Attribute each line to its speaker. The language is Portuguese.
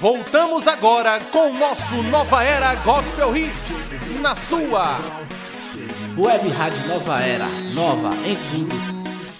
Speaker 1: Voltamos agora com o nosso Nova Era Gospel Hit, na sua
Speaker 2: Web Rádio Nova Era, nova em tudo.